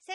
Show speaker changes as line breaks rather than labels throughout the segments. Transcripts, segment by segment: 世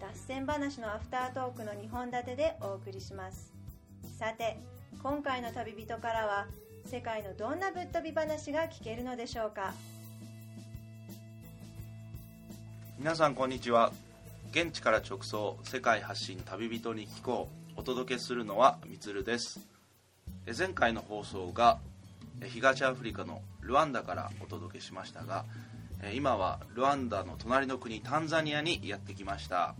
脱線話のアフタートークの2本立てでお送りしますさて今回の旅人からは世界のどんなぶっ飛び話が聞けるのでしょうか
皆さんこんにちは現地から直送世界発信旅人に聞こうお届けするのはみつるですえ前回の放送がえ東アフリカのルワンダからお届けしましたがえ今はルワンダの隣の国タンザニアにやってきました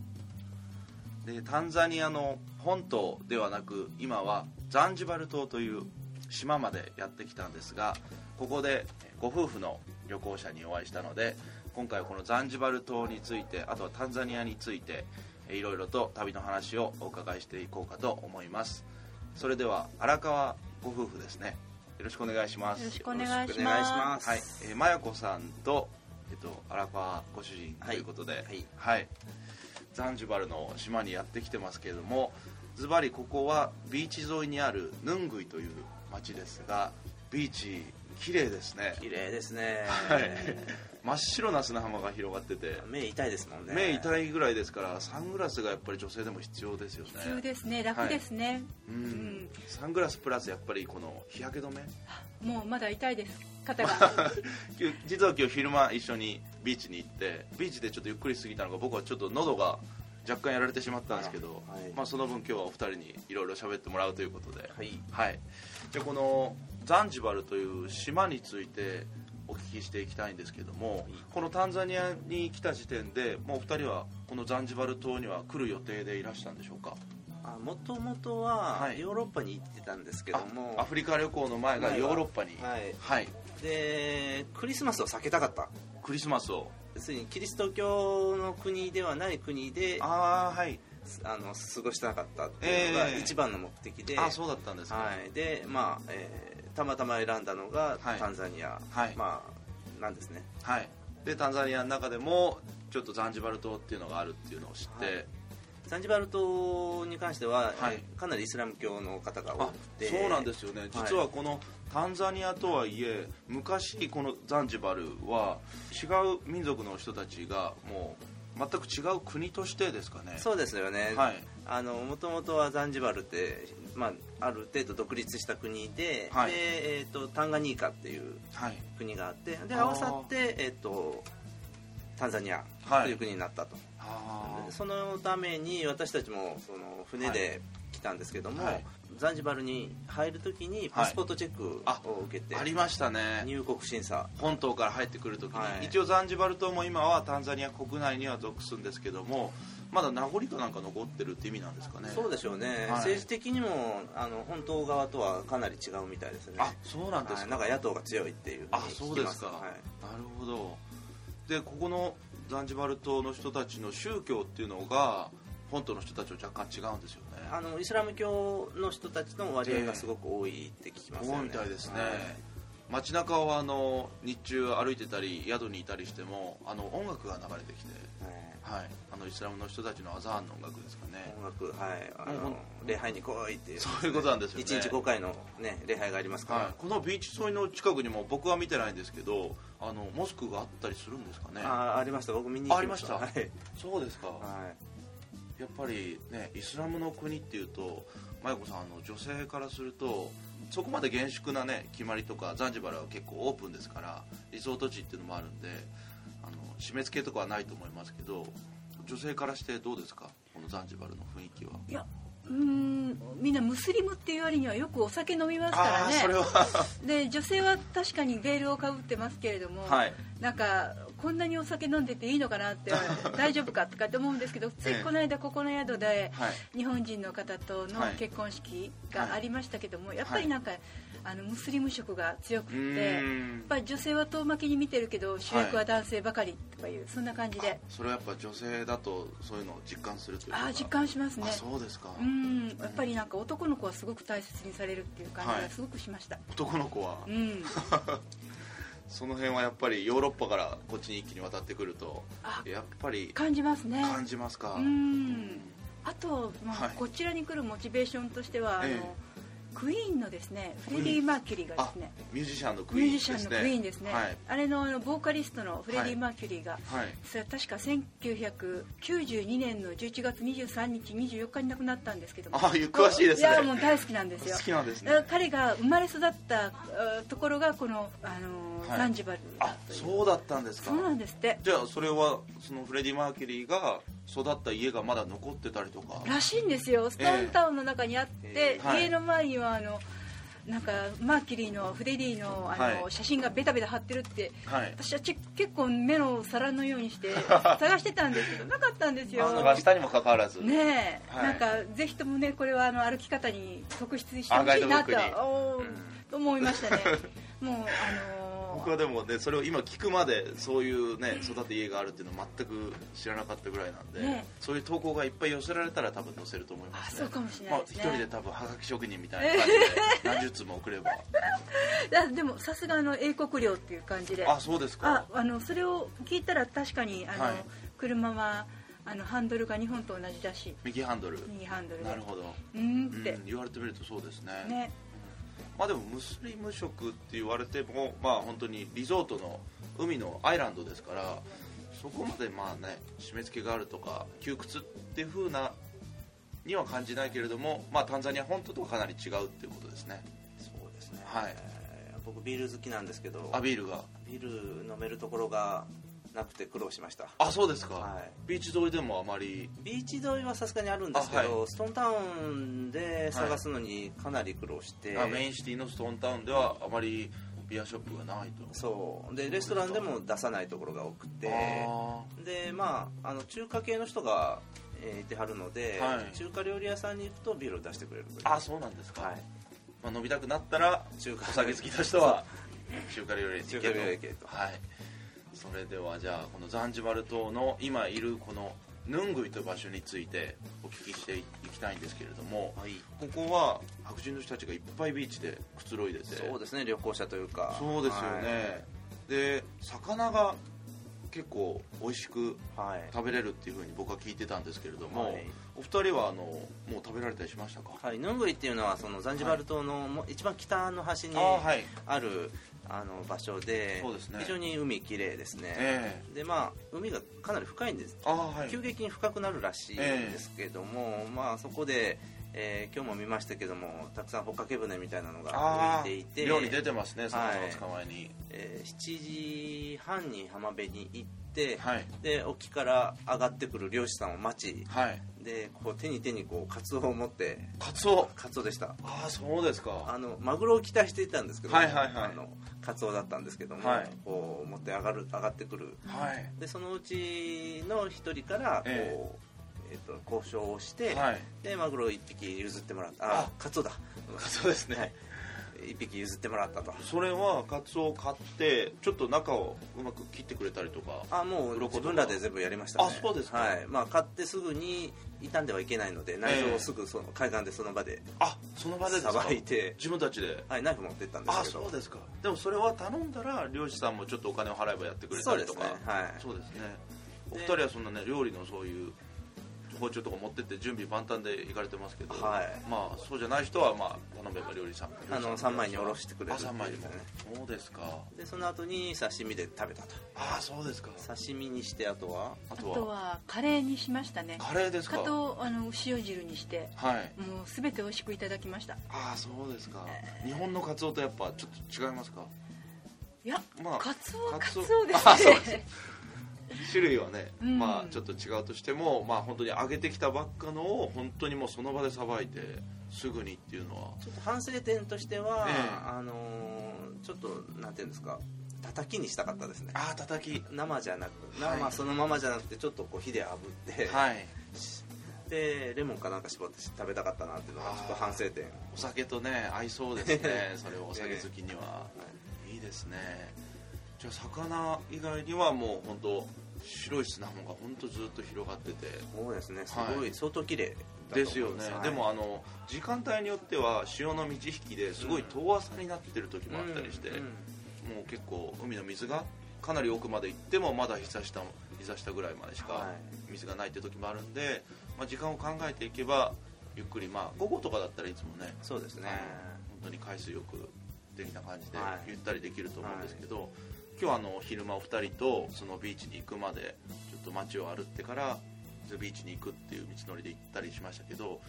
でタンザニアの本島ではなく今はザンジバル島という島までやってきたんですがここでえご夫婦の旅行者にお会いしたので今回はこのザンジバル島についてあとはタンザニアについてえいろいろと旅の話をお伺いしていこうかと思いますそれでは荒川ご夫婦ですねよろしくお願いします
よろしくお願いします
はい、えー、まやこさんと、えっと、荒川ご主人ということで、はいザンジバルの島にやってきてますけれどもズバリここはビーチ沿いにあるヌングイという町ですがビーチ綺麗ですね
綺麗ですね、
はい真っ白な砂浜が広がってて
目痛いですもんね
目痛
い
いぐらいですからサングラスがやっぱり女性でも必要ですよね
普通ですね楽ですね、
う
うんん、
サングラスプラスやっぱりこの日焼け止め
もうまだ痛いです 肩が
き実は今日昼間一緒にビーチに行ってビーチでちょっとゆっくり過ぎたのが僕はちょっと喉が若干やられてしまったんですけど
あらはい
まあ、その分今日はお二人にいろいろ喋ってもらうということで、
はい
はい、でこのザンジバルという島についてお聞きしていきたいんですけどもこのタンザニアに来た時点でもうお二人はこのザンジバル島には来る予定でいらしたんでしょうか
あもともとは
はい
ヨーロッパに行ってたんですけど
あ
も、
アフリカ旅行の前がヨーロッパに
はいはい
はい、
でクリスマスを避けたかった
クリスマスを
要するにキリスト教の国ではない国であ
ああはい
の過ごしたかったっていうのが
ええ
一番の目的で、
あそうだったんですか、
はい、でまあ、えーたまたま選んだのが
はい
タンザニア、
はい
まあなんですね
はい、でタンザニアの中でもちょっとザンジバル島っていうのがあるっていうのを知って、
はいザンジバル島に関しては、
はい
えーかなりイスラム教の方が多
あ
くて
そうなんですよね実はこのタンザニアとはいえ昔このザンジバルは違う民族の人たちがもう全く違う国としてですかね
そうですよね、
はい
あの元々はザンジバルって、まあ、ある程度独立した国で,、
はい
でえー、とタンガニーカっていう
はい
国があってで
あー
合わさって、えー、とタンザニア
はい
という国になったと、
あ
でそのために私たちもその船で来たんですけども、
はい
ザンジバルに入るときにパスポートチェック
あ
を受けて、
ありましたね
入国審査
本島から入ってくるときに、
はい
一応ザンジバル島も今はタンザニア国内には属するんですけどもまだ名残かなんか残ってるって意味なんですかね
そうでしょうね、
い
政治的にもあの本島側とはかなり違うみたいですね
あそうなんです
は
か
いなんか野党が強いっていうふうに
あそうで
聞きます
か、
はい
なるほどでここのザンジバル島の人たちの宗教っていうのが本島の人たちと若干違うんですよね
あのイスラム教の人たちの割合がすごく多いって聞きますよね
多いみたいですね、
は
街中はあの日中歩いてたり宿にいたりしてもあの音楽が流れてきて、
いは
は
い
い、あのイスラムの人たちのアザーンの音楽ですかね
音楽はいあ
もう
の礼拝に来いっていう
そういうことなんですよね
1日5回のね礼拝がありますから、
はい、このビーチ沿いの近くにも僕は見てないんですけどあのモスクがあったりするんですかね
あありました僕見に行き
ありまし
はい、
そうですか、
はい
やっぱりねイスラムの国っていうと麻也子さんあの女性からするとそこまで厳粛なね決まりとかザンジバルは結構オープンですからリゾート地っていうのもあるんであの締め付けとかはないと思いますけど女性からしてどうですかこのザンジバルの雰囲気は。
いやうーんみんなムスリムっていう割にはよくお酒飲みますから
あーそれ
ね
は
で女性は確かにベールをかぶってますけれども、
はい
なんかこんなにお酒飲んでていいのかなって大丈夫かとかって思うんですけどついこの間ここの宿で
はい
日本人の方との
はい
結婚式がありましたけども、やっぱりなんかあのムスリム色が強く
う
て。
ーん
やっぱり女性は遠巻きに見てるけど主役は男性ばかりとかいう、そんな感じで
それはやっぱ女性だとそういうのを実感するというか
ああー実感しますね
あそうですか、
うんやっぱりなんか男の子はすごく大切にされるっていう感じ
はい
がすごくしました、
男の子は、
うん
その辺はやっぱりヨーロッパからこっちに一気に渡ってくると
あ
やっぱり
感じますね
感じますか、
うんあと、まあ
はい
こちらに来るモチベーションとしては、あの
ええ
クイーンのですねフレディ・マーキュリーがですね
ミュージシャンのク
ミ
イーン
ュー
で
ジ
す
シ
ね
ャンのクイーンですね、
はい、
あれのあのボーカリストのフレデ
はい
ィ・マーキュリーが、
はい、
それは確か1992年の11月23日24日に亡くなったんですけども
ああいう詳しいですね
いやもう大好きなんですよ
好きなんですね
だから彼が生まれ育ったあーところがこの、あのー
はい
ザンジバル
あ
だという
そうだったんですか
そうなんですって
じゃあそれはそのフレディ・マーキュリーが育った家がまだ残ってたりとから
しいんですよストーンタウンの中にあって
え、えはい
家の前にはあのなんかマーキュリーのフレディのあの、
はい
写真がベタベタ貼ってるって
はい
私はち結構目の皿のよう にして探してたんですけどなかったんですよ
探したにもかかわらず、
ねえ、
はい
なんかぜひともねこれはあの歩き方に特筆して
あ
ほ
ガイド
しい
ブッ
な
ク
と
に
おーと思い ましたねもうあの
僕
ー
はでもねそれを今聞くまでそういうね育て家があるっていうの全く知らなかったぐらいなんで、
ね
そういう投稿がいっぱい寄せられたら多分載せると思いますね
あそうかもしれないですね
まあ、一人で多分はがき職人みたいな感 じで何十通も送れば
あでもさすがあの英国領っていう感じで
あそうですか
ああのそれを聞いたら確かにあの、
はい
車はあのハンドルが日本と同じだし
右ハンドル
右ハンドルで
なるほど、
うーん
う
っ
ん
て、、
言われてみるとそうですね
ね
まあでもムスリム食って言われてもまあ本当にリゾートの海のアイランドですからそこまでまあね締め付けがあるとか窮屈っていう風なには感じないけれどもまあタンザニア本当とはかなり違うっていうことですね
そうですね、
はい
えー僕ビール好きなんですけど
アビールが
ビール飲めるところがなくて苦労しました
あそうですか、
はい
ビーチ沿いでもあまり
ビーチ沿いはさすがにあるんですけ
あ
ど、ストーンタウンで探すのにかなり苦労して、
あメインシティのストーンタウンではあまりビアショップがないと
そうでレストランでも出さないところが多くて
あ
でまああの中華系の人が、えーいてはるので、
はい
中華料理屋さんに行くとビールを出してくれるという
ーあそうなんですか、
はい
まあ、飲みたくなったら
中華
お酒好きな人は中華料理
中華料理系と
はいそれではじゃあこのザンジバル島の今いるこのヌングイという場所についてお聞きしていきたいんですけれども
はい
ここは白人の人たちがいっぱいビーチでくつろいでて
そうですね旅行者というか
そうですよね、で魚が結構美味しく
はい、はい
食べれるっていうふうに僕は聞いてたんですけれども、
はい
お二人はあのもう食べられたりしましたか、
はいヌングイっていうのはそのザンジバル島の、もう一番北の端に
ああはい
あるあの場所で
そうですね
非常に海きれいですね、
え
でまあ海がかなり深いんです
ああはい
急激に深くなるらしいんですけども、まあそこで、えー今日も見ましたけどもたくさんほっかけ船みたいなのが
あ
浮いていて
漁に出てますね魚
はい
の捕まえに
えー7時半に浜辺に行って、
はい
で沖から上がってくる漁師さんを待ち
はい
でこう手に手にこうカツオを持って
カツオ
カツオでした
ああそうですか
あのマグロを期待していたんですけど、
はいはいはい
あのカツオだったんですけども、
はい
こう持って上がる上がってくる
はい
でそのうちの一人からこう、
え
えーと交渉をして、
はい
でマグロ1匹譲ってもらったあ
あ
カツオだ
カツオですね
はい1匹譲ってもらったと
それはカツオを買ってちょっと中をうまく切ってくれたりとか
あもう
鱗とか
自分らで全部やりましたね
あそうですか
はいまあ、買ってすぐに傷んではいけないので内臓をすぐその海岸でその場で
あその場でです
さ
か
ばいて、
自分たちで
はい、ナイフ持ってったんで
あ
すけど
そうですかでもそれは頼んだら漁師さんもちょっとお金を払えばやってくれた
そう
り
で
と
す
か
ねはい
そうですねお
で
二人はそんなね料理のそういう包丁とか持ってって準備万端で行かれてますけど、
はい
まあそうじゃない人はまあ頼めば料理さん
あの三枚におろしてくれる
あ三枚に
って
も
いうね
そうですか
でその後に刺身で食べたと
ああそうですか
刺身にしてあとは
あ
あ
とは
とはカレーにしましたね
カレーですか
かとあの塩汁にして
はい
もう全て美味しくいただきました
ああそうですか日本のカツオとやっぱちょっと違いますか
いや、
まあ
カツオ
カ
カ
ツ
ツ
オ
オで
あ
す
そう
ね
で種類はね、
うん
まあちょっと違うとしてもまあ本当に揚げてきたばっかのを本当にもうその場でさばいてすぐにっていうのは
ちょっと反省点としては、
ええ
あのーちょっとなんていうんですか叩きにしたかったですね
ああ叩き
生じゃなく
は
生、
い
まあそのままじゃなくてちょっとこう火で炙って、
はい
でレモンかなんか絞って食べたかったなっていうのがちょっと反省点
お酒とね合いそうです ねそれをお酒好きには、いいですねじゃあ魚以外にはもう本当白い砂浜が本当ずっと広がってて
そうですねすごい、
はい
相当綺麗だと思い
で
ます
よね、
はい
でもあの時間帯によっては潮の満ち引きですごい遠浅になってる時もあったりして、
うんうん
もう結構海の水がかなり奥まで行ってもまだ膝下膝下ぐらいまでしか
は
水がないって時もあるんで、まあ、時間を考えていけばゆっくりまあ午後とかだったらいつもね
そうですね、
はい本当に海水浴的な感じで
はい
ゆったりできると思うんですけど、今日はあの昼間お二人とそのビーチに行くまでちょっと街を歩ってからビーチに行くっていう道のりで行ったりしましたけど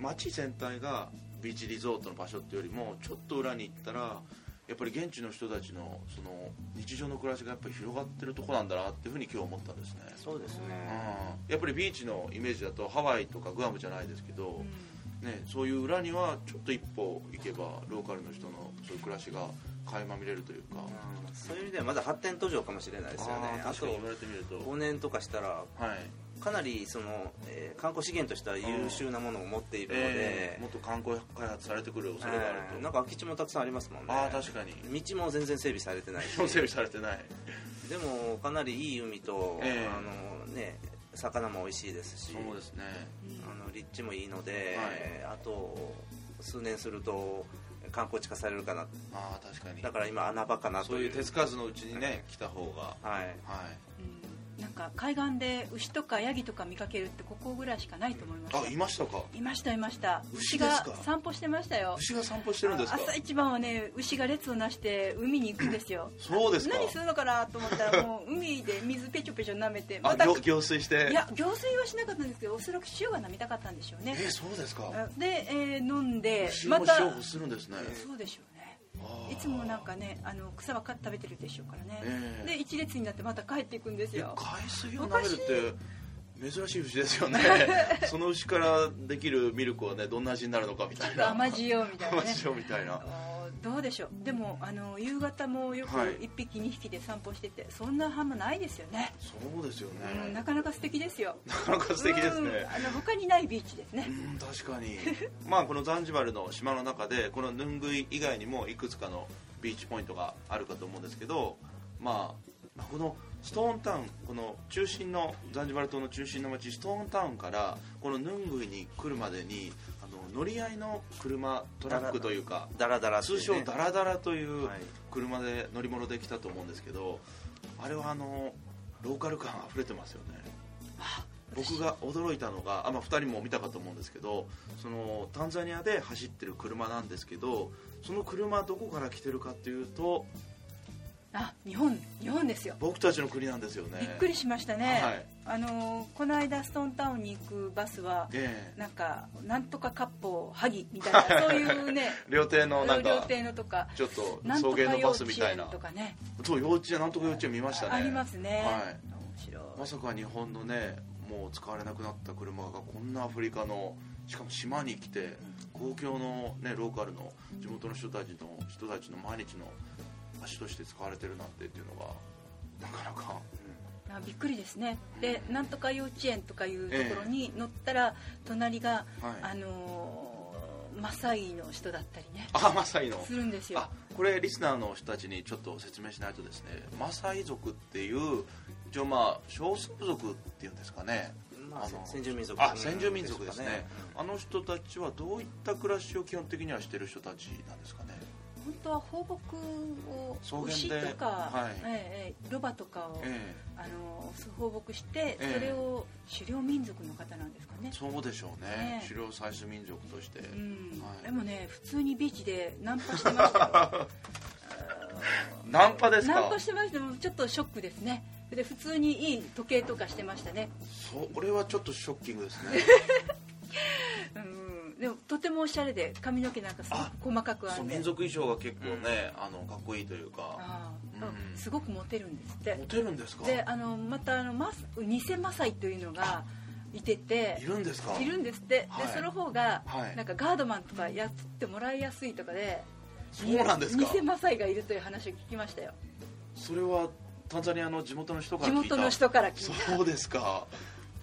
街全体がビーチリゾートの場所っていうよりもちょっと裏に行ったらやっぱり現地の人たちのその日常の暮らしがやっぱり広がってるとこなんだなっていうふうに今日思ったんですね。
そうですね、
うんやっぱりビーチのイメージだとハワイとかグアムじゃないですけど、
うん
ね、そういう裏にはちょっと一歩行けばローカルの人のそういう暮らしが垣間見れるというか、
うんそういう意味ではまだ発展途上かもしれないですよね
あー
あ
確か
と
に言われてみると
5年とかしたら
はい、
かなりその、えー観光資源としては優秀なものを持っているの
え
で
ー、もっと観光開発されてくる恐れがあると、
えーなんか空き地もたくさんありますもんね
ああ確かに
道も全然整備されてないし
日本整備されてない
でもかなりいい海と、
ええ
あのね、魚も美味しいですし
そうですね
あの立地もいいので、
は
あと数年すると観光地化されるかな
ああ確かに
だから今穴場かな
そ
と
うい
いう
う手つかずのうちにね来た方が
は
は
い、
い
うんなんか海岸で牛とかヤギとか見かけるってここぐらいしかないと思いました
あいましたか
いましたいました
牛
牛
です
が
か
散歩してましたよ
牛が散歩してるんですか
あ朝一番はね牛が列をなして海に行くんですよ
そうですか
何するのかなと思ったらもう海で水ペチョペチョ舐めて
あ
また
行
い
行水して
や行水はしなかったんですけどおそらく塩が舐みたかったんでしょう
え
ね
ーそうですか
で、えー飲んで
牛も
また
塩をするんですね、
そうでしょうね
あー
いつもなんかねあの草ばっかり食べてるでしょうからね、
ええ
で一列になってまた帰っていくんです
え
よ
海水を舐めるって珍しい牛ですよ ねその牛からできるミルクはねどんな味になるのかみたいな
甘塩みたいな
甘
ね
塩みたいな
あのどうでしょうでもあの夕方もよく
はい
1匹2匹で散歩しててそんな浜ないですよね、
そうですよね
うん
な
な
か
かなか素敵ですよ
なか素敵ですね
うんあの他にないビーチですね
うん確かに まあこのザンジバルの島の中でこのヌングイ以外にもいくつかのビーチポイントがあるかと思うんですけどまあこのストーンタウンこの中心のザンジバル島の中心の町ストーンタウンからこのヌングイに来るまでにあの乗り合いの車トラックというか
ダラダラっていう
通
ね
称ダラダラという
はい
車で乗り物で来たと思うんですけどあれはあのローカル感あふれてますよね僕が驚いたのがあ、まあ、2人も見たかと思うんですけどそのタンザニアで走ってる車なんですけどその車どこから来てるかっていうと
あ日本日本ですよ
僕たちの国なんですよね
びっくりしましたね、
はい
あのこの間ストーンタウンに行くバスは
ええ
なんかなんとか割烹萩みたいなそうい うね
料亭のなん
料
か
亭のとか
ちょっと
なん
送
とか
迎の
幼
バス
稚
みたい
園
な
とかね
そう幼稚園なんとか幼稚園見ましたね
ありますね、
はい
面白い
まさか日本のねもう使われなくなった車がこんなアフリカのしかも島に来て公共の、ね、ローカルの地元の人たちの人たちの毎日の足として使われてるなんてっていうのがなかなか
あびっくりですねでなんとか幼稚園とかいうところに乗ったら隣が、
はい
あのーマサイの人だったりね
あマサイの
するんですよ
あこれリスナーの人たちにちょっと説明しないとですねマサイ族っていう一応まあ少数族っていうんですかね
ま
あの
あ、先住民族
あ先住民族ですね
うん
あの人たちはどういった暮らしを基本的にはしてる人たちなんですかね
本当は放牧
草
を
原で
牛とか、
はい
ええええロバとかを、
ええ
あのー放牧して、
ええ
それを狩猟民族の方なんですかね
そうでしょうね
ね
狩猟採取民族として、
うん、
はい
でもね普通にビーチでナンパし てましたよあー
ナンパですか
ナンパしてましたもうちょっとショックですねで普通にいい時計とかしてましたね
それはちょっとショッキングですね
うんでもとてもおしゃれで髪の毛なんかす
あ
ごく細かくあ
そう
っ
民
て
族衣装が結構ね、あのかっこいいというか
ああ
うん
すごくモテるんですって
モテるんですか
であのまたあのマス偽マサイというのがいてて
いるんですか
いるんですって、
はい
でその方が、
はい
なんかガードマンとかやってもらいやすいとかで
そうなんですか
偽マサイがいるという話を聞きましたよ
それはタンザニアの地元の人から
地
聞いた
元の人から聞いた
そうですか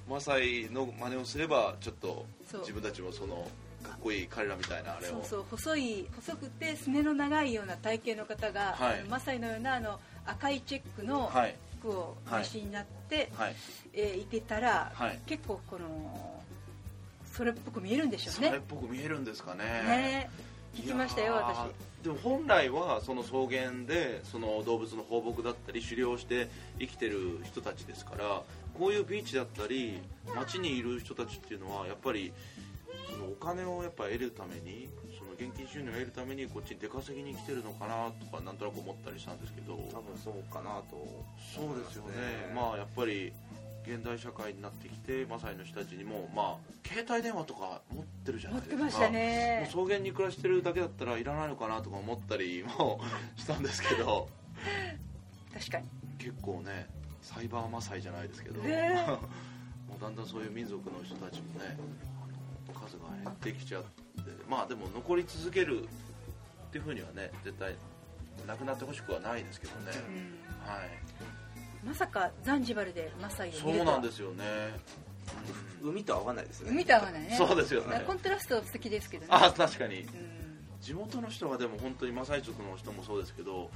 マサイの真似をすればちょっと
そう
自分たちもそのかっこいい彼らみたいなあれを
そうそう細い細くてすねの長いような体型の方が、
はい
あのマサイのようなあの赤いチェックの
はい
服をお召しになって、
はい
えーいてたら、
はい
結構このそれっぽく見えるんでしょ
そうれ
ね
っぽく見えるんですかね
ね聞きましたよ
いやー
私
でも本来はその草原でその動物の放牧だったり狩猟して生きてる人たちですからこういうビーチだったり街にいる人たちっていうのはやっぱりそのお金をやっぱ得るためにその現金収入を得るためにこっちに出稼ぎに来てるのかなとかなんとなく思ったりしたんですけど
多分そうかなと
そうですよね
ね
まあやっぱり現代社会になってきてマサイの人たちにもまあ携帯電話とか持ってるじゃな
持
い
っ
です
て
か
ました
もう
ね
草原に暮らしてるだけだったらいらないのかなとか思ったりもしたんですけど
確かに
結構ねサイバーマサイじゃないですけど、
ね
もうだんだんそういう民族の人たちもねあの数が減ってきちゃってまあでも残り続けるっていうふうにはね絶対なくなってほしくはないですけどね、
うん
はい、
まさかザンジバルでマサイを
そ
見る
う
と
なん
は
ですよね、
海と合わないですね
海と合わないね
そうですよね
コントラスト素敵ですけどね
あ確かに
うん
地元の人はでも本当にマサイ族の人もそうですけど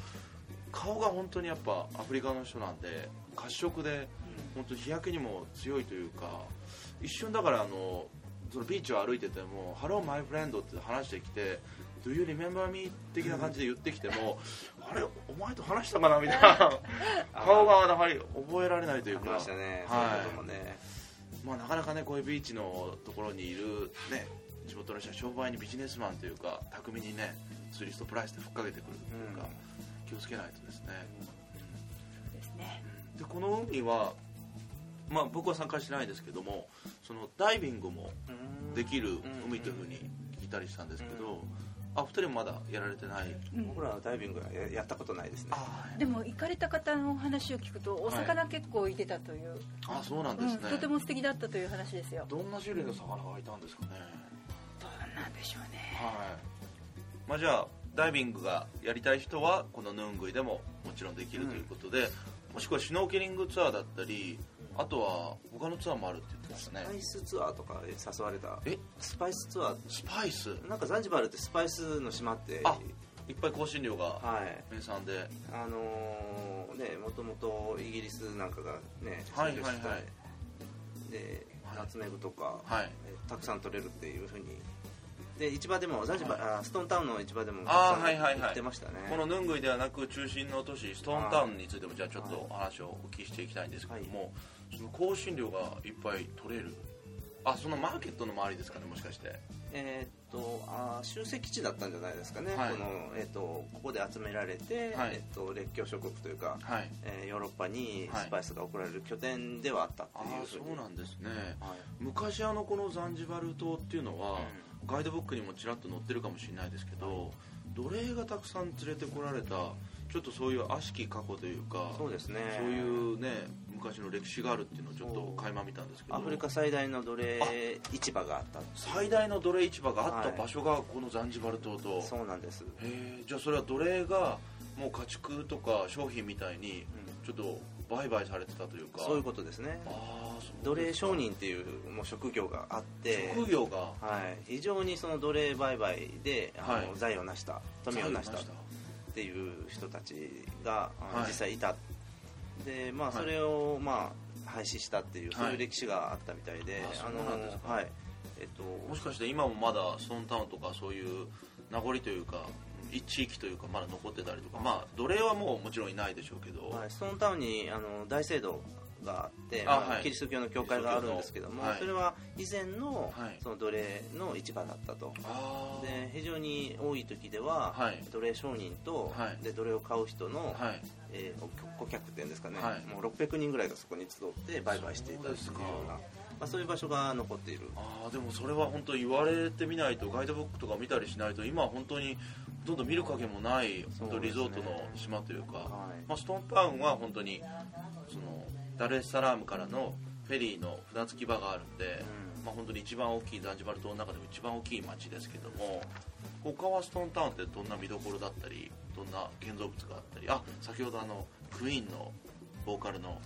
顔が本当にやっぱアフリカの人なんで褐色で本当に日焼けにも強いというか一瞬だからあのそのビーチを歩いてても「ハローマイフレンド」って話してきて「Do you remember me?」的な感じで言ってきても「あれお前と話したかな?」みたい な顔がやはり覚えられないとい
あ
う
り
か
ましたね、
はい
そういうこともね
まあ、なかなかねこういうビーチのところにいる、ね、地元の人は商売にビジネスマンというか巧みにねツーリストプライスでふっかけてくるというか、気をつけないとですね、
そうですね
でこの海は、まあ、僕は参加してないですけどもそのダイビングもできる海というふうに聞いたりしたんですけど、あお二人もまだやられてない、
うん
僕らのダイビングはややったことないですね
でも行かれた方のお話を聞くとお魚結構いてたという、
あそうなん
う
です
ん
ね、
とても素敵だったという話ですよ
どんな種類の魚がいたんですかね
どうなんでしょう ね
はい、まあ、じゃあダイビングがやりたい人はこのヌングイでももちろんできるということで、もしくはシュノーケリングツアーだったりあとは他のツアーもあるって言ってまし
ス
たね
パイスツアーとか誘われた
え
スパイスツア
スパイス
ーなんかザンジバルってスパイスの島って
あいっぱい香辛料が
はい
名産で、
あのーねもともとイギリスなんかがね
はい
占領してた
はいは
で
はい
ナツメグとか、
はい、
えたくさん取れるっていうふうにで市場でもザンジバル、あストーンタウンの市場でも
あー
たくさん
はいはいはい
売ってましたね
このヌングイではなく中心の都市ストーンタウンについてもじゃあちょっとお話をお聞きしていきたいんですけども、その香辛料がいっぱい取れるあそのマーケットの周りですかねもしかして
えーっとあー集積地だったんじゃないですかね、
はい
このえーっとここで集められて、
はい
えーっと列強諸国というか、
はい
えーヨーロッパに
はい
スパイスが送られる拠点ではあったって
あ
い
あ
うふうに、
そうなんですね、
はい
昔あのこのザンジバル島っていうのは、ガイドブックにもちらっと載ってるかもしれないですけど奴隷がたくさん連れてこられたちょっとそういう悪しき過去というか
そうですね
そういうね昔の歴史があるっていうのをちょっと垣間見たんですけど
アフリカ最大の奴隷市場があった
最大の奴隷市場があった
はい
場所がこのザンジバル島と、
そうなんです、
へえじゃあそれは奴隷がもう家畜とか商品みたいに
うん
ちょっと売買されてたというか
そういうことですね
ああそう
奴隷商人っていうもう職業があって
職業が
はい、非常にその奴隷売買であの、
はい
財を成した富を成した
財
っていう人たちが、あの
はい
実際いたでまあ
はい
それを、まあ廃止したっていう
はい
そういう歴史があったみたいで、
あ
あの
そうなんですか
はいえっと
もしかして今もまだストーンタウンとかそういう名残というか一地域というかまだ残ってたりとかまあ奴隷はもうもちろんいないでしょうけど、
はい、ストーンタウンにあの大聖堂があって
あ
まあ
はい
キリスト教の教会があるんですけども、
はい
それは以前の,、
はい
その奴隷の市場だったと
ああ
で非常に多い時では、
はい
奴隷商人と、
はい
で奴隷を買う人の、
はい
えー顧客っていうんですかね、
はい
もう600人ぐらいがそこに集って売買していたっていうような
そう
まあ、そういう場所が残っている
ああでもそれは本当言われてみないとガイドブックとか見たりしないと今は本当にほとんど見る影もない本当リゾートの島というか
はい
まあ、ストーンタウンは本当にそのダルエスサラームからのフェリーの船着き場があるんで、まあ、本当に一番大きいザンジバル島の中でも一番大きい町ですけども他はストーンタウンってどんな見どころだったりどんな建造物があったりあ先ほどあのクイーンのボーカルの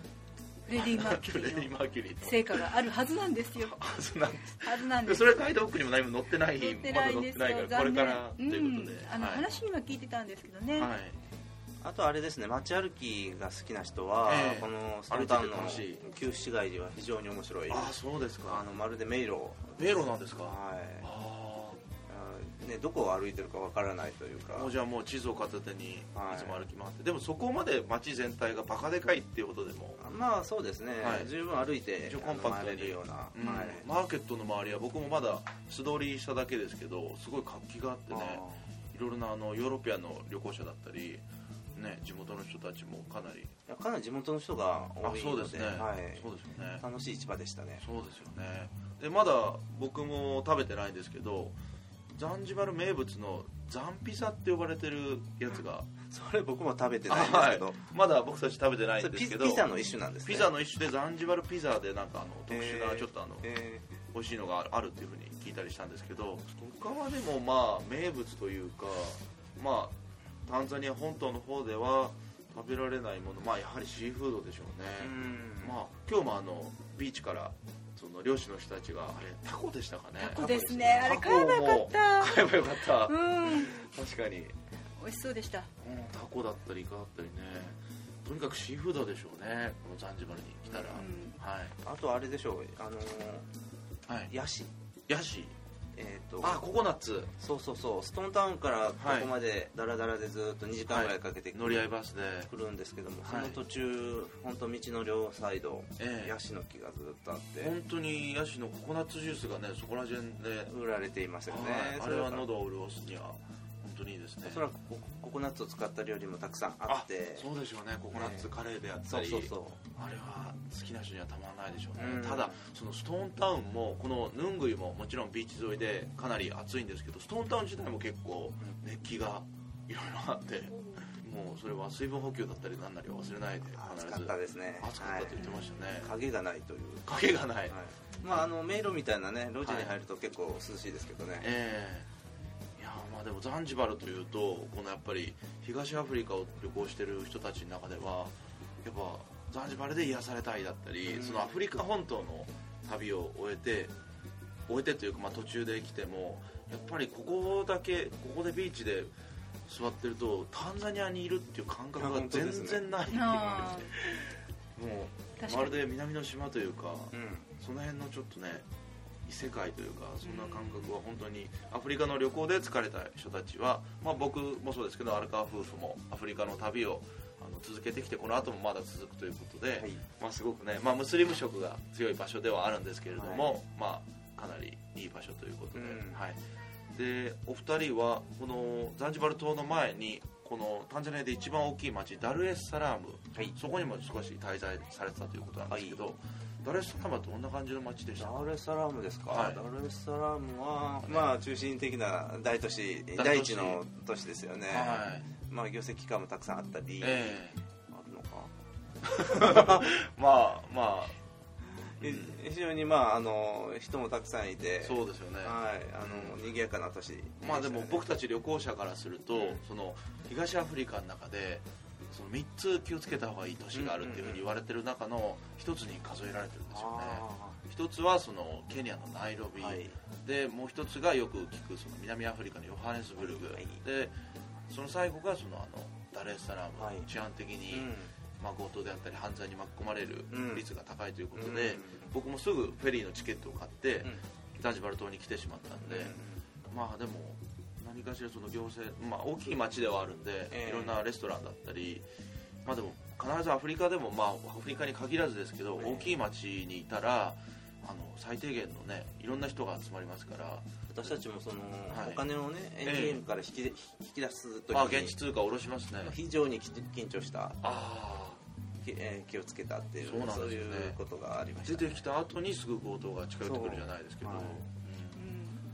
フレディ・マーキュ
フレ
リ
ディ・
ーの
マーキュリーと
成果があるはずなんですよ
あそうなんです
はずなんで
ですそれガイドブックにも何も載ってない
載ってないん
まだ載
で
っ
す
て
よ
ないからこれ
残念
からということで、
ん、あの、
はい
話には聞いてたんですけどね、
はい
あとあれですね街歩きが好きな人は、
ええ
このスタンタンの
歩いてて
旧市街では非常に面白い
ああそうです
あ
か
のまるで迷路
迷路なんですか
はい
あ
あね、どこを歩いてるかわからないというか
あもうじゃあもう地図を片手にい
はい
つも歩き回って、でもそこまで街全体がバカでかいっていうことでも、
まあそうですね、
はい
十分歩いて
一応コンパクトに
あの回れるような、
うん
はい
マーケットの周りは僕もまだ素通りしただけですけどすごい活気があってねいろいろなあのヨーロピアンの旅行者だったり、ね、地元の人たちもかなり
あーかなり地元の人が多い
あ
ので
そうですね、
はい
そうですよね
楽しい市場でしたね
そうですよねでまだ僕も食べてないんですけどザンジバル名物のザンピザって呼ばれてるやつが
それ僕も食べてないんですけど、
はいまだ僕たち食べてない
そ
ん
れ
で
ピ
すけ
ピ
ど
ザの一種なんですね
ピザの一種でザンジバルピザでなんかあの特殊な
えー
ちょっとあの
え
美味しいのがあるあるっていうふうに聞いたりしたんですけど他はでもまあ名物というかまあタンザニア本島の方では食べられないものまあやはりシーフードでしょうね
ー、うん
まあ今日もあのビーチからその漁師の人たちがあれタコでしたかね
タコですねあれ買えばよかった
買えばよかった、確か
うん
に、うん、
美味しそうでした
タコだったりイカだったりねとにかくシーフードでしょうねこのザンジバルに来たら、
うん
はい
あとあれでしょうあの
はい
ヤシ
ヤシ
えっ、と
あココナッツ
そうそうそうストーンタウンからここまでダラダラでずっと2時間ぐらいかけて
乗り合いバスで
来るんですけども、
はい
その途中本当道の両サイド、
ええ
ヤシの木がずっとあって、
本当にヤシのココナッツジュースがねそこら辺で、
売られていますよね、
はいあ
そ
れ
れ
は
は
喉を潤すには本当にいいですね
おそらくコココナッツを使った料理もたくさんあって
そうでしょうねココナッツカレーであった
そう
り、
そうそう
あれは好きな人にはたまらないでしょうね、
うん
ただそのストーンタウンもこのヌングイももちろんビーチ沿いでかなり暑いんですけどストーンタウン自体も結構熱気がいろいろあってもうそれは水分補給だったりなんなりは忘れないで
暑
必
か
ず
ったですね
暑かったって言ってましたね、
はい、影がないという、
影がない、
はいまああの迷路みたいなね路地に入ると結構涼しいですけどね、
ええいやまあでもザンジバルというとこのやっぱり東アフリカを旅行してる人たちの中ではやっぱザンジバルで癒されたいだったり、
うん
そのアフリカ本島の旅を終えて終えてというか、まあ、途中で来てもやっぱりここだけここでビーチで座ってるとタンザニアにいるっていう感覚が全然ない、
あ
も
ー確
う
か
ま
に
るで南の島というか、
うん
その辺のちょっとね異世界というかそんな感覚は本当にアフリカの旅行で疲れた人たちは、まあ、僕もそうですけど荒川夫婦もアフリカの旅をあの続けてきてこの後もまだ続くということで、
はい
まあ、すごくね、まあ、ムスリム色が強い場所ではあるんですけれども、
は
まあ、かなりいい場所ということで,、
うん
はい、でお二人はこのザンジバル島の前にこのタンザニアで一番大きい町ダルエスサラーム、
はい
そこにも少し滞在されてたということなんですけど、
はい
ダルエスサラームはどんな感じの町でしたか
ダルエスサラームですか、
はい
ダルエスサラームは、まあ、中心的な大都市
都市
第一の都市ですよね、
はい
まあ、業績機関もたくさんあったり、
ええ
あるのか、
まあまあ、
い
うん
非常に、まあ、あの人もたくさんいて
そうですよね、
はいあの賑やかな都市したよね、
まあでも僕たち旅行者からすると、その東アフリカの中でその3つ気をつけた方がいい都市があるっていうふうに言われてる中の一つに数えられてるんですよね
あ
一つはそのケニアのナイロビ、
ーはい
でもう一つがよく聞くその南アフリカのヨハネスブルグ、
はい
でその最後がそのあのダレスサラーム、
はい
治安的
う
に、
ん
まあ、強盗であったり犯罪に巻き込まれる
うん
率が高いということで、
うん
僕もすぐフェリーのチケットを買って、
うん
ザンジバル島に来てしまったんで、まあでも何かしらその行政、まあ、大きい町ではあるんで、
ええ
いろんなレストランだったりまあでも必ずアフリカでも、まあ、アフリカに限らずですけど、
ええ
大きい町にいたらあの最低限のねいろんな人が集まりますから、
私たちもその、
はい
お金をね
え
ATM から引き,、引き出す時に、
まあ、現地通貨を下ろしますね、
非常にき緊張した、
あ
きえー気をつけたっていう
そうなんですよね
いうことがありま
あ
した
出てきた後にすぐ強盗が近寄ってくるじゃないですけど、
そうはい
うん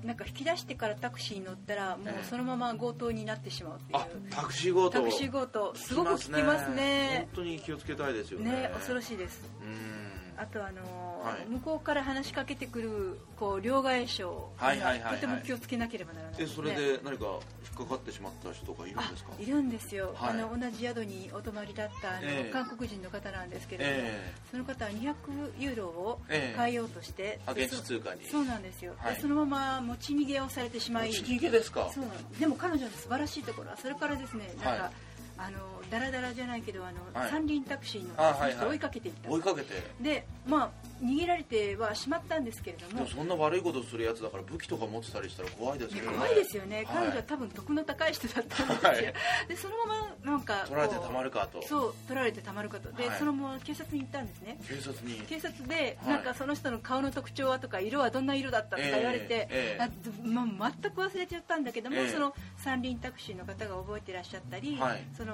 なんか引き出してからタクシーに乗ったらもうそのまま強盗になってしまうってい
あ
う、
タクシー強盗
タクシー強盗すごく効きますね
本当に気をつけたいですよね
ね恐ろしいです
うん
あとあのー
はい
向こうから話しかけてくるこう両替商
はいはいはいはい
とても気をつけなければならない
え
です
そ
ね
れで何か引っかかってしまった人がいるんですか
あいるんですよ、
はい
あの同じ宿にお泊まりだったあの、
ええ
韓国人の方なんですけれども、
え
その方は200ユーロを
えええ
変えようとして、
あ
で
現地通貨に
そそうなんですよ、
はい
でそのまま持ち逃げをされてしまい
持ち逃げですか
そうなんでも彼女の素晴らしいところはそれからですねなんか、
はい
あのダラダラじゃないけどあの、
はい
三輪タクシーの
あはいはい
人を追いかけていった、
追いかけて
でまあ逃げられてはしまったんですけれど
で
も
もそんな悪いことするやつだから武器とか持ってたりしたら怖いです
い
よ
や
ね
怖いですよね、
はい
彼女は多分得の高い人だったんですよ、
はい
でそのままなんか
取られてたま
る
るかと
そう取られてたまるかとで、
はい
そのまま警察に行ったんですね
警察に
警察で、
はい
なんかその人の顔の特徴はとか色はどんな色だったとか言われて、
ええええ
あずまあ、全く忘れちゃったんだけども、
ええ
その三輪タクシーの方が覚えてらっしゃったり、
はい
その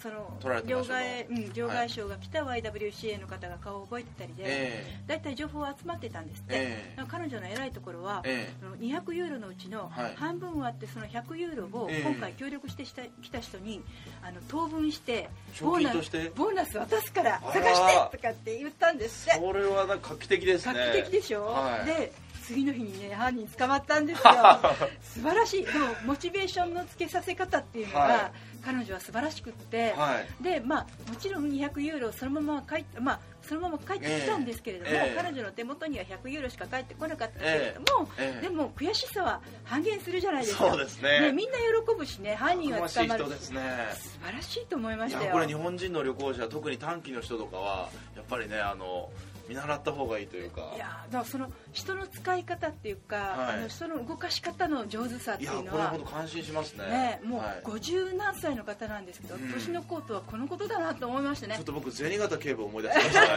その
取られて
両
ました
替
ね,、
うん、両替商が来た YWCA の方が顔を覚えてたりで、
え
だいたい情報は集まってたんですって、
ええ
彼女の偉いところは、
え
その200ユーロのうちの
はい
半分はあってその100ユーロを
ええ
今回協力してした来た人にあの当分して
賞
ボー
金
ナ
と
ス
して
ボーナス渡すから
あら
探してとかって言ったんですって
それはなんか画期的です
画
ね
期的でしょ、
はい
で次の日にね犯人捕まったんですよ素晴らしいでもモチベーションのつけさせ方っていうのが、
は
彼女は素晴らしくって、
はい
でまあ、もちろん200ユーロそのまま帰って、まあ、そのまま帰ってきたんですけれども、
ええ
彼女の手元には100ユーロしか返ってこなかったけれども、
ええ
でも悔しさは半減するじゃないですか
そうですね
みんな喜ぶしね犯人は
楽し
捕
い
まる
人ですね
素晴らしいと思いま
い
した
や
よ
これ日本人の旅行者特に短期の人とかはやっぱりねあの見習った方がいいというか
いやだからその人の使い方っていうか、
はい
あの人の動かし方の上手さって
い
い
や
うの
これ
は
ほど感心しますね
ね、もう
はい
50何歳の方なんですけど、
うん
年のコートはこのことだなと思いましたね
ちょっと僕銭形警部を思い出しま したね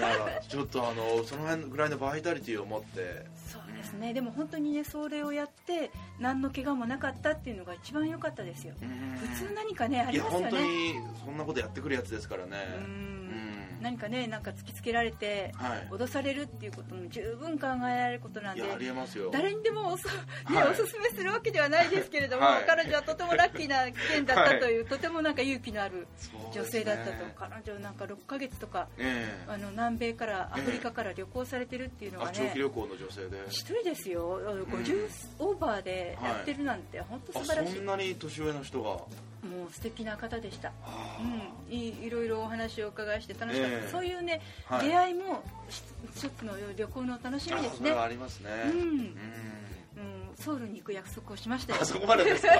なるほど
ちょっとあのその辺ぐらいのバイタリティを持って
そうですねでも本当にねそれをやって何の怪我もなかったっていうのが一番良かったですよ普通何かねあ
い
り
や
ますよ
本当
ね
にそんなことやってくるやつですからね
う
うん
ん何かねなんか突きつけられて
はい
脅されるっていうことも十分考えられることなん
い
で
やありえますよ
誰にでもおそ,、ね
はい
おすすめするわけではないですけれども、
はい
彼女はとてもラッキーな件だったという、とてもなんか勇気のある
そう
女
ですね
性だったと、彼女なんか6ヶ月とか
ええ
あの南米からアフリカから旅行されてるっていうの
あ
は
長
ね
期旅行の女性で
一人ですよあの50オーバーでやってるなんて本当
あ
素晴らしい、
そんなに年上の人が
もう素敵な方でした、
あ
うん、いいろいろお話をお伺いして楽しかった、
ええ
そういうね、
ーはい
出会いも一つの旅行の楽しみで
あ
す
そ
ね
れはありますね
うん
うん
うん、ソウルに行く約束をしましたよ
あそこまでですか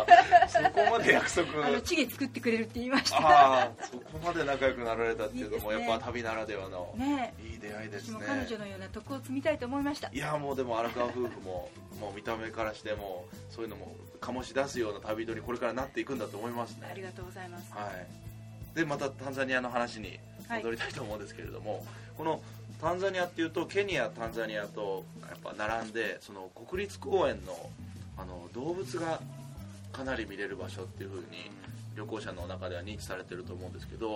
そこまで約束
あのチゲ作ってくれるって言いました
ああそこまで仲良くなられたっていうのも
いいですね
やっぱ旅ならではの
ね
いい出会い
え
ですね
私も彼女のような徳を積みたいと思いました
いやもうでも荒川夫婦ももう見た目からしてもそういうのも醸し出すような旅人にこれからなっていくんだと思います
あり
ね
がとうございます、
はいでまたタンザニアの話に戻りたいと思うんですけれども、このタンザニアっていうとケニアタンザニアとやっぱ並んでその国立公園のあの動物がかなり見れる場所っていう風に旅行者の中では認知されてると思うんですけど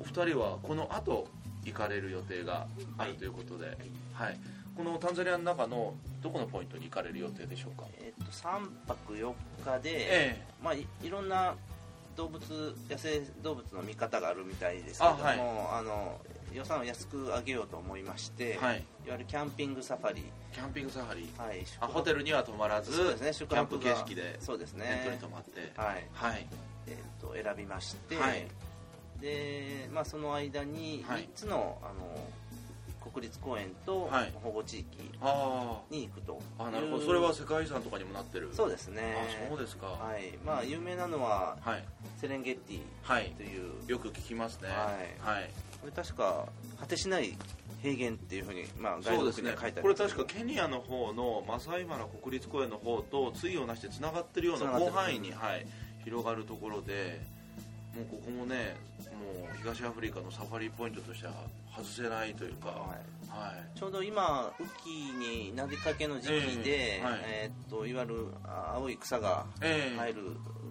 お二人はこの後行かれる予定があるということで、はいこのタンザニアの中のどこのポイントに行かれる予定でしょうか
えっと3泊4日で、
え
まあ、いいろんな動物野生動物の見方があるみたいですけどもあ、
あはい
の予算を安く上げようと思いまして、、
はいい
わゆるキャンピングサファリ、
キャンピングサファリ
はい、
あホテルには泊まらず、
そうですね
キ
宿
ャン
泊
プ
が
形式で
そうですね
テントに泊まって
はい
はい
えっと選びまして、
はい
でまあ、その間に
はい
3つの,、あの国立公園と
はい
保護地域
あ
に行くという、
ーあなるほどそれは世界遺産とかにもなってる
そう
う
ですね
あそうですかは
はいまあ、有名なのはいセレンゲッティ
はい
という
よく聞きますね
はい
はい
これ確か果てしない平原っていうふうに、まあ、ガイ
そう
ド
で
ブッ
す
クに
ね
は書いてある
これ確かケニアの方のマサイマラ国立公園の方と対をなしてつながってるような
繋がっ
広
てる
範囲に、はい、広がるところでもうここもねもう東アフリカのサファリポイントとしては外せないというか、
は
はい
いちょうど今雨季になりかけの時期で、え
ええはい
ーっといわゆるあ青い草が
ええ
入る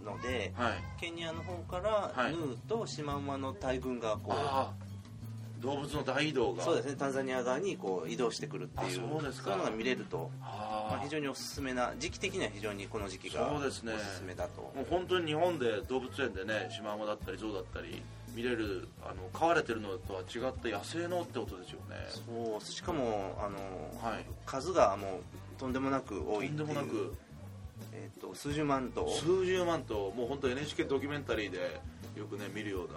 ので、
はい、
ケニアの方から、
はい
ヌーとシマウマの大群がこう
ああ動物の大移動が
そうですねタンザニア側にこう移動してくるっていう
あそうですか
いうのが見れると、ま
あ
あ、
あ
非常におすすめな時期的には非常にこの時期が
そう
お
ですすね
すめだと
もう本当に日本で動物園でねシマウマだったりゾウだったり見れるあの飼われてるのとは違った野生のってことですよね
そうしかもあの、
はい
数がもうとんでもなく
と
多いっ
ん
て
で
いう
もなく
えっと数十万頭、
数十万ともう本当 NHK ドキュメンタリーでよくね見るような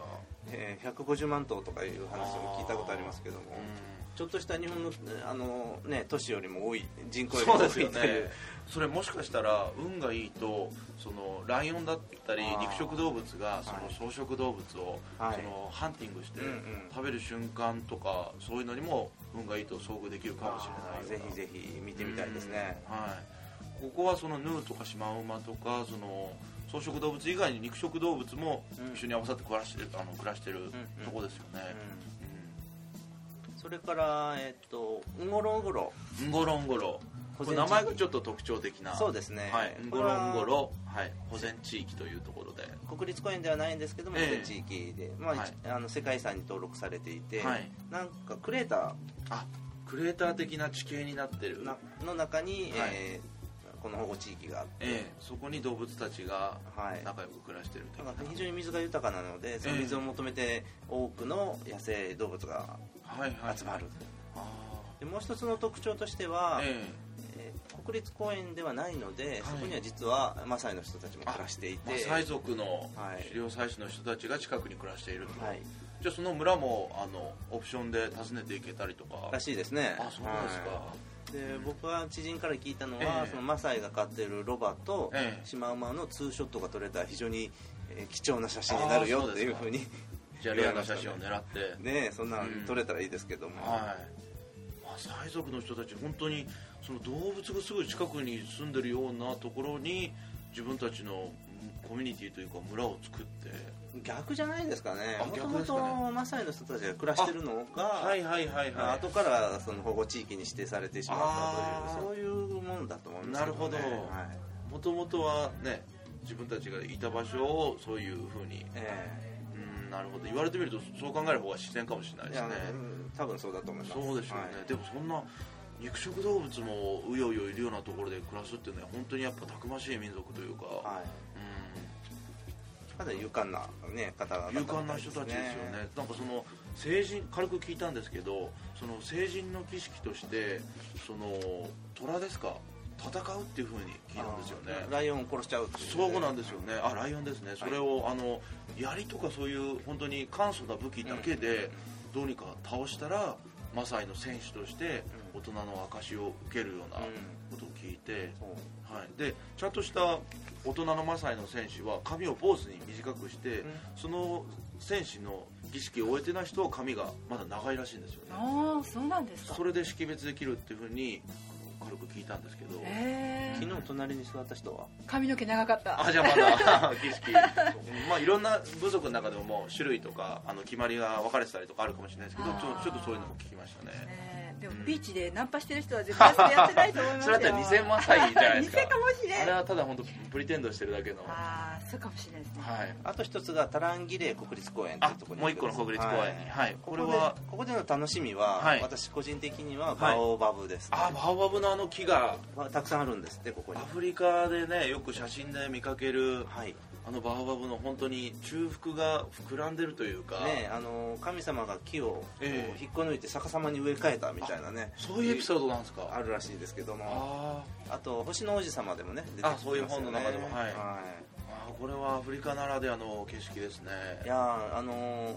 えー150万頭とかいう話を聞いたことありますけども、ちょっとした日本のあの、ね、都市よりも多い人口よりも
そう
多い
です
とい
よ
う
ねそれもしかしたら運がいいとそのライオンだったり
あー
肉食動物がそ
はい
の草食動物を
はい
そのハンティングして
うんうん
食べる瞬間とかそういうのにも運がいいと遭遇できるかもしれない
ぜひぜひ見てみたいですね、
うんはい、ここはそのヌーとかシマウマとかその草食動物以外に肉食動物も
うん
一緒に合わさって暮らしてるあの暮らしてる
うん
とこですよね、
うんそれからえっとウゴロウゴロ
うん、ゴロンゴロこれ名前がちょっと特徴的な
そうですね
はい、ゴ
これ
ロ
は
ンゴロ、はい、保全地域というところで、
国立公園ではないんですけども、
ええ
全地域で、まあ
はい
あの世界遺産に登録されていて、
はい
なんかクレータ
あクレーター的な地形になってる
ーなの中に、
はい
えーこの保護地域があって、
ええそこに動物たちが
はい
仲良く暮らしてるという
なんか非常に水が豊かなのでその水を求めて多くの野生動物が
はいはい
集まる、
あ
でもう一つの特徴としては
ー、え
えー国立公園ではないの
い
で、そこには実はマサイの人たちも暮らしてい
え
て
マサイ族の
はい
狩猟採取の人たちが近くに暮らしていると、
はい、
じゃあその村もあのオプションで訪ねていけたりとから
しいですね
あそうなんですか、
はいで僕は知人から聞いたのは、
ええ
そのマサイが飼ってるロバと
ええ
シマウマのツーショットが撮れた非常にえー貴重な写真になる
あ
よ
ーそう
っ
で
て
す
い
か
うふうに
じゃあレアな写真を狙って、
ねそんなの
うん
撮れたらいいですけども、
はい、まあ、サイ族の人たち本当にその動物がすぐ近くに住んでるようなところに自分たちのうんコミュニティというか村を作って
逆じゃないですかね
あ
もと
逆
も
ですかね
とマサイの人たちが暮らしてるのが、
はいはいはい
まあ
はい
後からその保護地域に指定されてしまった
あー
というそういうものだと思いますけど、ね、
なるほど
はい
もともとはね自分たちがいた場所をそういうふうに
え
うんなるほど言われてみるとそう考える方が自然かもしれない
えい
です
や
ね
うん多分そうだと思います
そうでしょうね、
はい
でもそんな肉食動物もうようよいるようなところで暮らすっていうのは本当にやっぱたくましい民族というか、
はい
うん
かなり勇敢な、ね、方々
勇敢な人たちですよねなんかその成人軽く聞いたんですけどその成人の儀式としてその虎ですか戦うっていうふうに聞いたんですよ
あー
ね
ライオンを殺しちゃうってい
そうなんですよねあライオンですねそれを、あの槍とかそういう本当に簡素な武器だけでどうにか倒したらマサイの戦士として
う
大人の証を受けるような
うん
ことを聞いて、
そう
はい、でちゃんとした大人のマサイの選手は髪を坊主に短くして、
うん
その選手の儀式を終えてない人は髪がまだ長いらしいんですよね
ああそうなんですか
それで識別できるっていうふうにあの軽く聞いたんですけど、
ええ
昨日隣に座った人は
髪の毛長かった
あじゃあまだ 儀式まあいろんな部族の中でももう種類とかあの決まりが分かれてたりとかあるかもしれないですけどち
あ
ょ
ー
ちょっとそういうのも聞きましたね
ええで
う
も
ん
ビーチでナンパしてる人は絶対それやってないと思いま す
そ
よ
れだったら2000万歳じゃないですか
偽かもしれん
あれはただ本当プリテンドしてるだけのは
ああそうかもしれないですね、
い
あと一つがタランギレー国立公園ってい
あ
うところに
もう一個の国立公園に、はい、
こ
こ
れ
れ
は
は
ここでの楽しみは、
はい
私個人的に
は
は
い
バオバブです、ね
あバオバブのあの木が
まあたくさんあるんですってここ
ア
に
フリカでねよく写真で見かける
はいね
あのバオバブの本当に中腹が膨らんでるというか、
えあの神様が木をこう
ええ
引っこ抜いて逆さまに植え替えたみたいなね
そういうエピソードなんですか
あるらしいですけども
あ
あと「星の王子様」でもね出てきて
あそういう本の中でも
ますよね
はいーあーこれはアフリカならではの景色ですね
いやーあの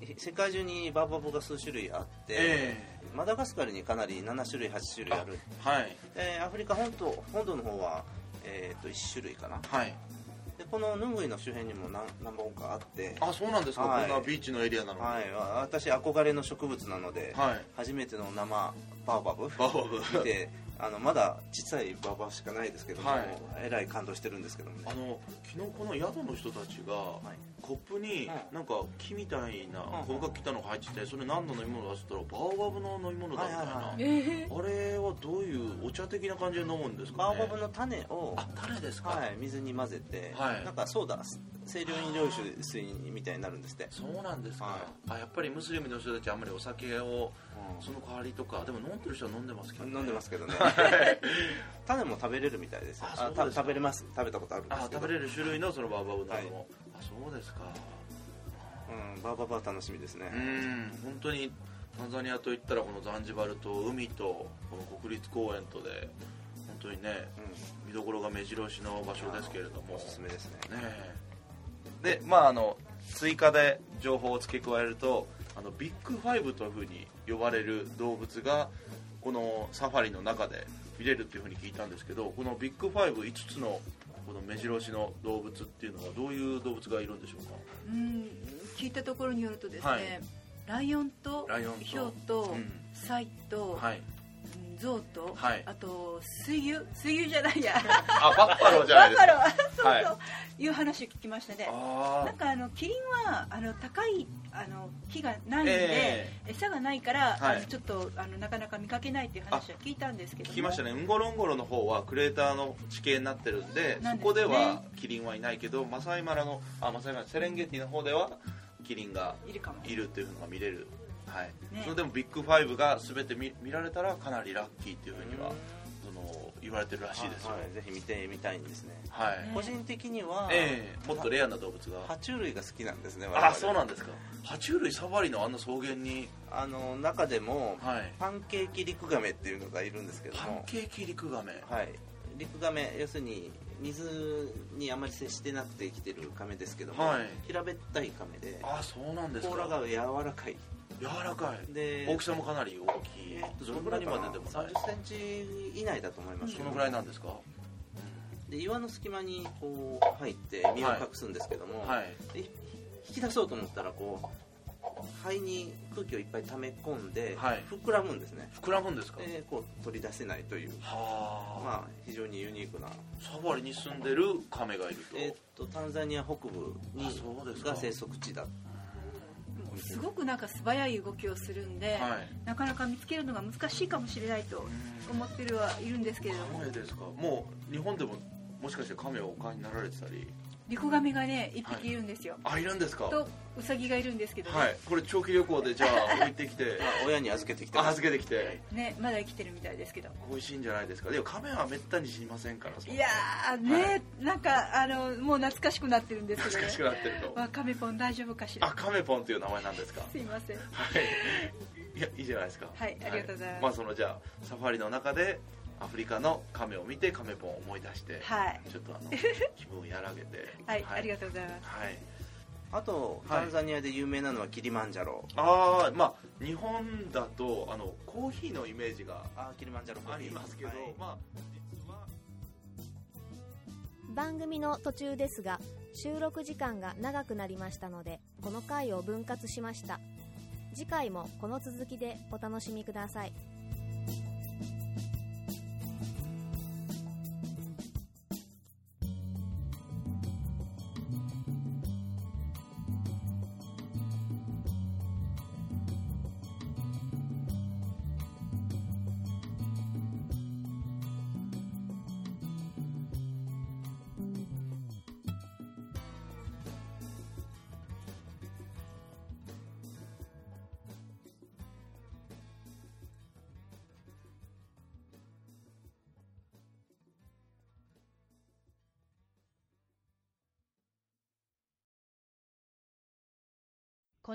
ーへへ世界中にバーバブが数種類あって、
え
マダガスカルにかなり7種類8種類ある
はい
でアフリカ本島本土の方は、えー、と1種類かな
はい
でこのヌングイの周辺にも何何本かあって
あそうなんですか、
はい
こんなビーチのエリアなのに
はい、わ私憧れの植物なので、
はい
初めての生バーバブ
バオバブ
見てあのまだ小さいバーバブしかないですけども、
はい
えらい感動してるんですけどもね
あの昨日この宿の人たちが、
い
コップに
うん
なんか木みたいな
うん
高架来たのが入っててそれ何の飲み物だっつったらバーバブの飲み物だみたい
はいはい
な
はい
ええ
あれはどういうお茶的な感じで飲むんですか
バ
ね
ーバブの種を
あ種ですか、
はい、水に混ぜて、
はい
なんかソーダ清涼飲料水みたいになるんですって、
そうなんですか、
は
あやっぱりムスリムの人たちあんまりお酒を
う
その代わりとかでも飲んでる人は飲んでますけど、
ん飲んでますすけどね 種も食べれるみたいですよ
あそう
た
ですか
食べれます食べたことあるんです
あ
けど
食べれる種類のそのバーバブのもの、
はい
あそうですか
うん、バーバーバー楽しみですね、
うん本当にタンザニアといったらこのザンジバルと海とこの国立公園とで本当にね
う
見どころが目白押しの場所ですけれど
ん、
も
おすすめですね
ねえでまああの追加で情報を付け加えるとあのビッグファイブというふうに呼ばれる動物がこのサファリの中で見れるっていうふうに聞いたんですけどこのビッグファイブ5つのこの目白押しの動物っていうのはどういう動物がいるんでしょうか
うん聞いたところによるとですね、
はい
ライオンと
ライオンと
ヒョウと、
うん
サイと、
はい
うんゾウと、
はい
あと水牛水牛じゃないや
あバッファローじゃな
バ
いです
ッフ
か
ァローそうそう、
はい
い、う話を聞きましたね
あ
なんかあのキリンはあの高いあの木がないんで、
え
餌がないから、
はい
あのちょっとあのなかなか見かけないっていう話は聞いたんですけど
聞
も
きましたねウンゴロンゴロの方はクレーターの地形になってるんで
な
そ
んですね
こではキリンはいないけどマサイマラのあマサイマラセレンゲティの方ではキリンが
いるかも
いるっていうのが見れるはい、
ね
それでもビッグファイブが全て見見られたらかなりラッキーっていうふうにはその言われてるらしいですよ
はいはいぜひ見てみたいんですね、
はい、
ね
個人的には、
ええもっとレアな動物
爬
が
虫類が好きなんですね
あそうなんんですか爬虫類サファリのあんな草原に
あの中でも、
はい
パンケーキリクガメっていうのがいるんですけど
パン
も
ケーキリクガメ
はいリクガメ要するに水にあまり接してなくて生きてるカメですけども、
はい
平べったいカメで
あそうなんです
甲羅
か
が柔らかい
柔らかい
で
大きさもかなり大きいそのぐらいまででもない
3 0ンチ以内だと思いますけ
そ
ど
のぐらいなんですか
で岩の隙間にこう入って身を隠すんですけども、
はい
でひ引き出そうと思ったらこう肺に空気をいっぱい溜め込んで、
はい
膨らむんですね
膨らむんですか
でこう取り出せないという
はあ、
まあ非常にユニークな
サファリに住んでるカメがいると、
えーっとタンザニア北部
あ
に
そうですか
が生息地だ
すごくなんか素早い動きをするんで、
はい
なかなか見つけるのが難しいかもしれないと思ってるはいるんですけれども
カメですかもう日本でももしかしてカメをお飼いになられてたり
リコガメがね1匹いるんですよ、
あいるんですかは
とウサギがいるんですけどね,、
いこれ長期旅行でじゃあ置いてき て
まあ親に預けてきて
あ預けてきて
ねまだ生きてるみたいですけど
美味しいんじゃないですかでもカメはめったに死にませんからそんない
やーね、
は
なんかあのもう懐かしくなってるんですけど、ね、
懐かしくなってると
わカメポン大丈夫かし
あ
ら
カメポンっていう名前なんですか
すいません
はい、いやいいじゃないですか
はいありがとうございます
まあそのじゃあサファリの中でアフリカのカメを見てカメポンを思い出して、
はい
ちょっとあ の気分をやらげて
はい、ありが
と
とうございます
はい
あと
はい
タンザニアで有名なのはキリマンジャロ
ああまあ日本だとあのコーヒーのイメージが
あキリマンジャロ
ありますけど、
はい
まあ実は
番組の途中ですが収録時間が長くなりましたのでこの回を分割しました次回もこの続きでお楽しみください
こ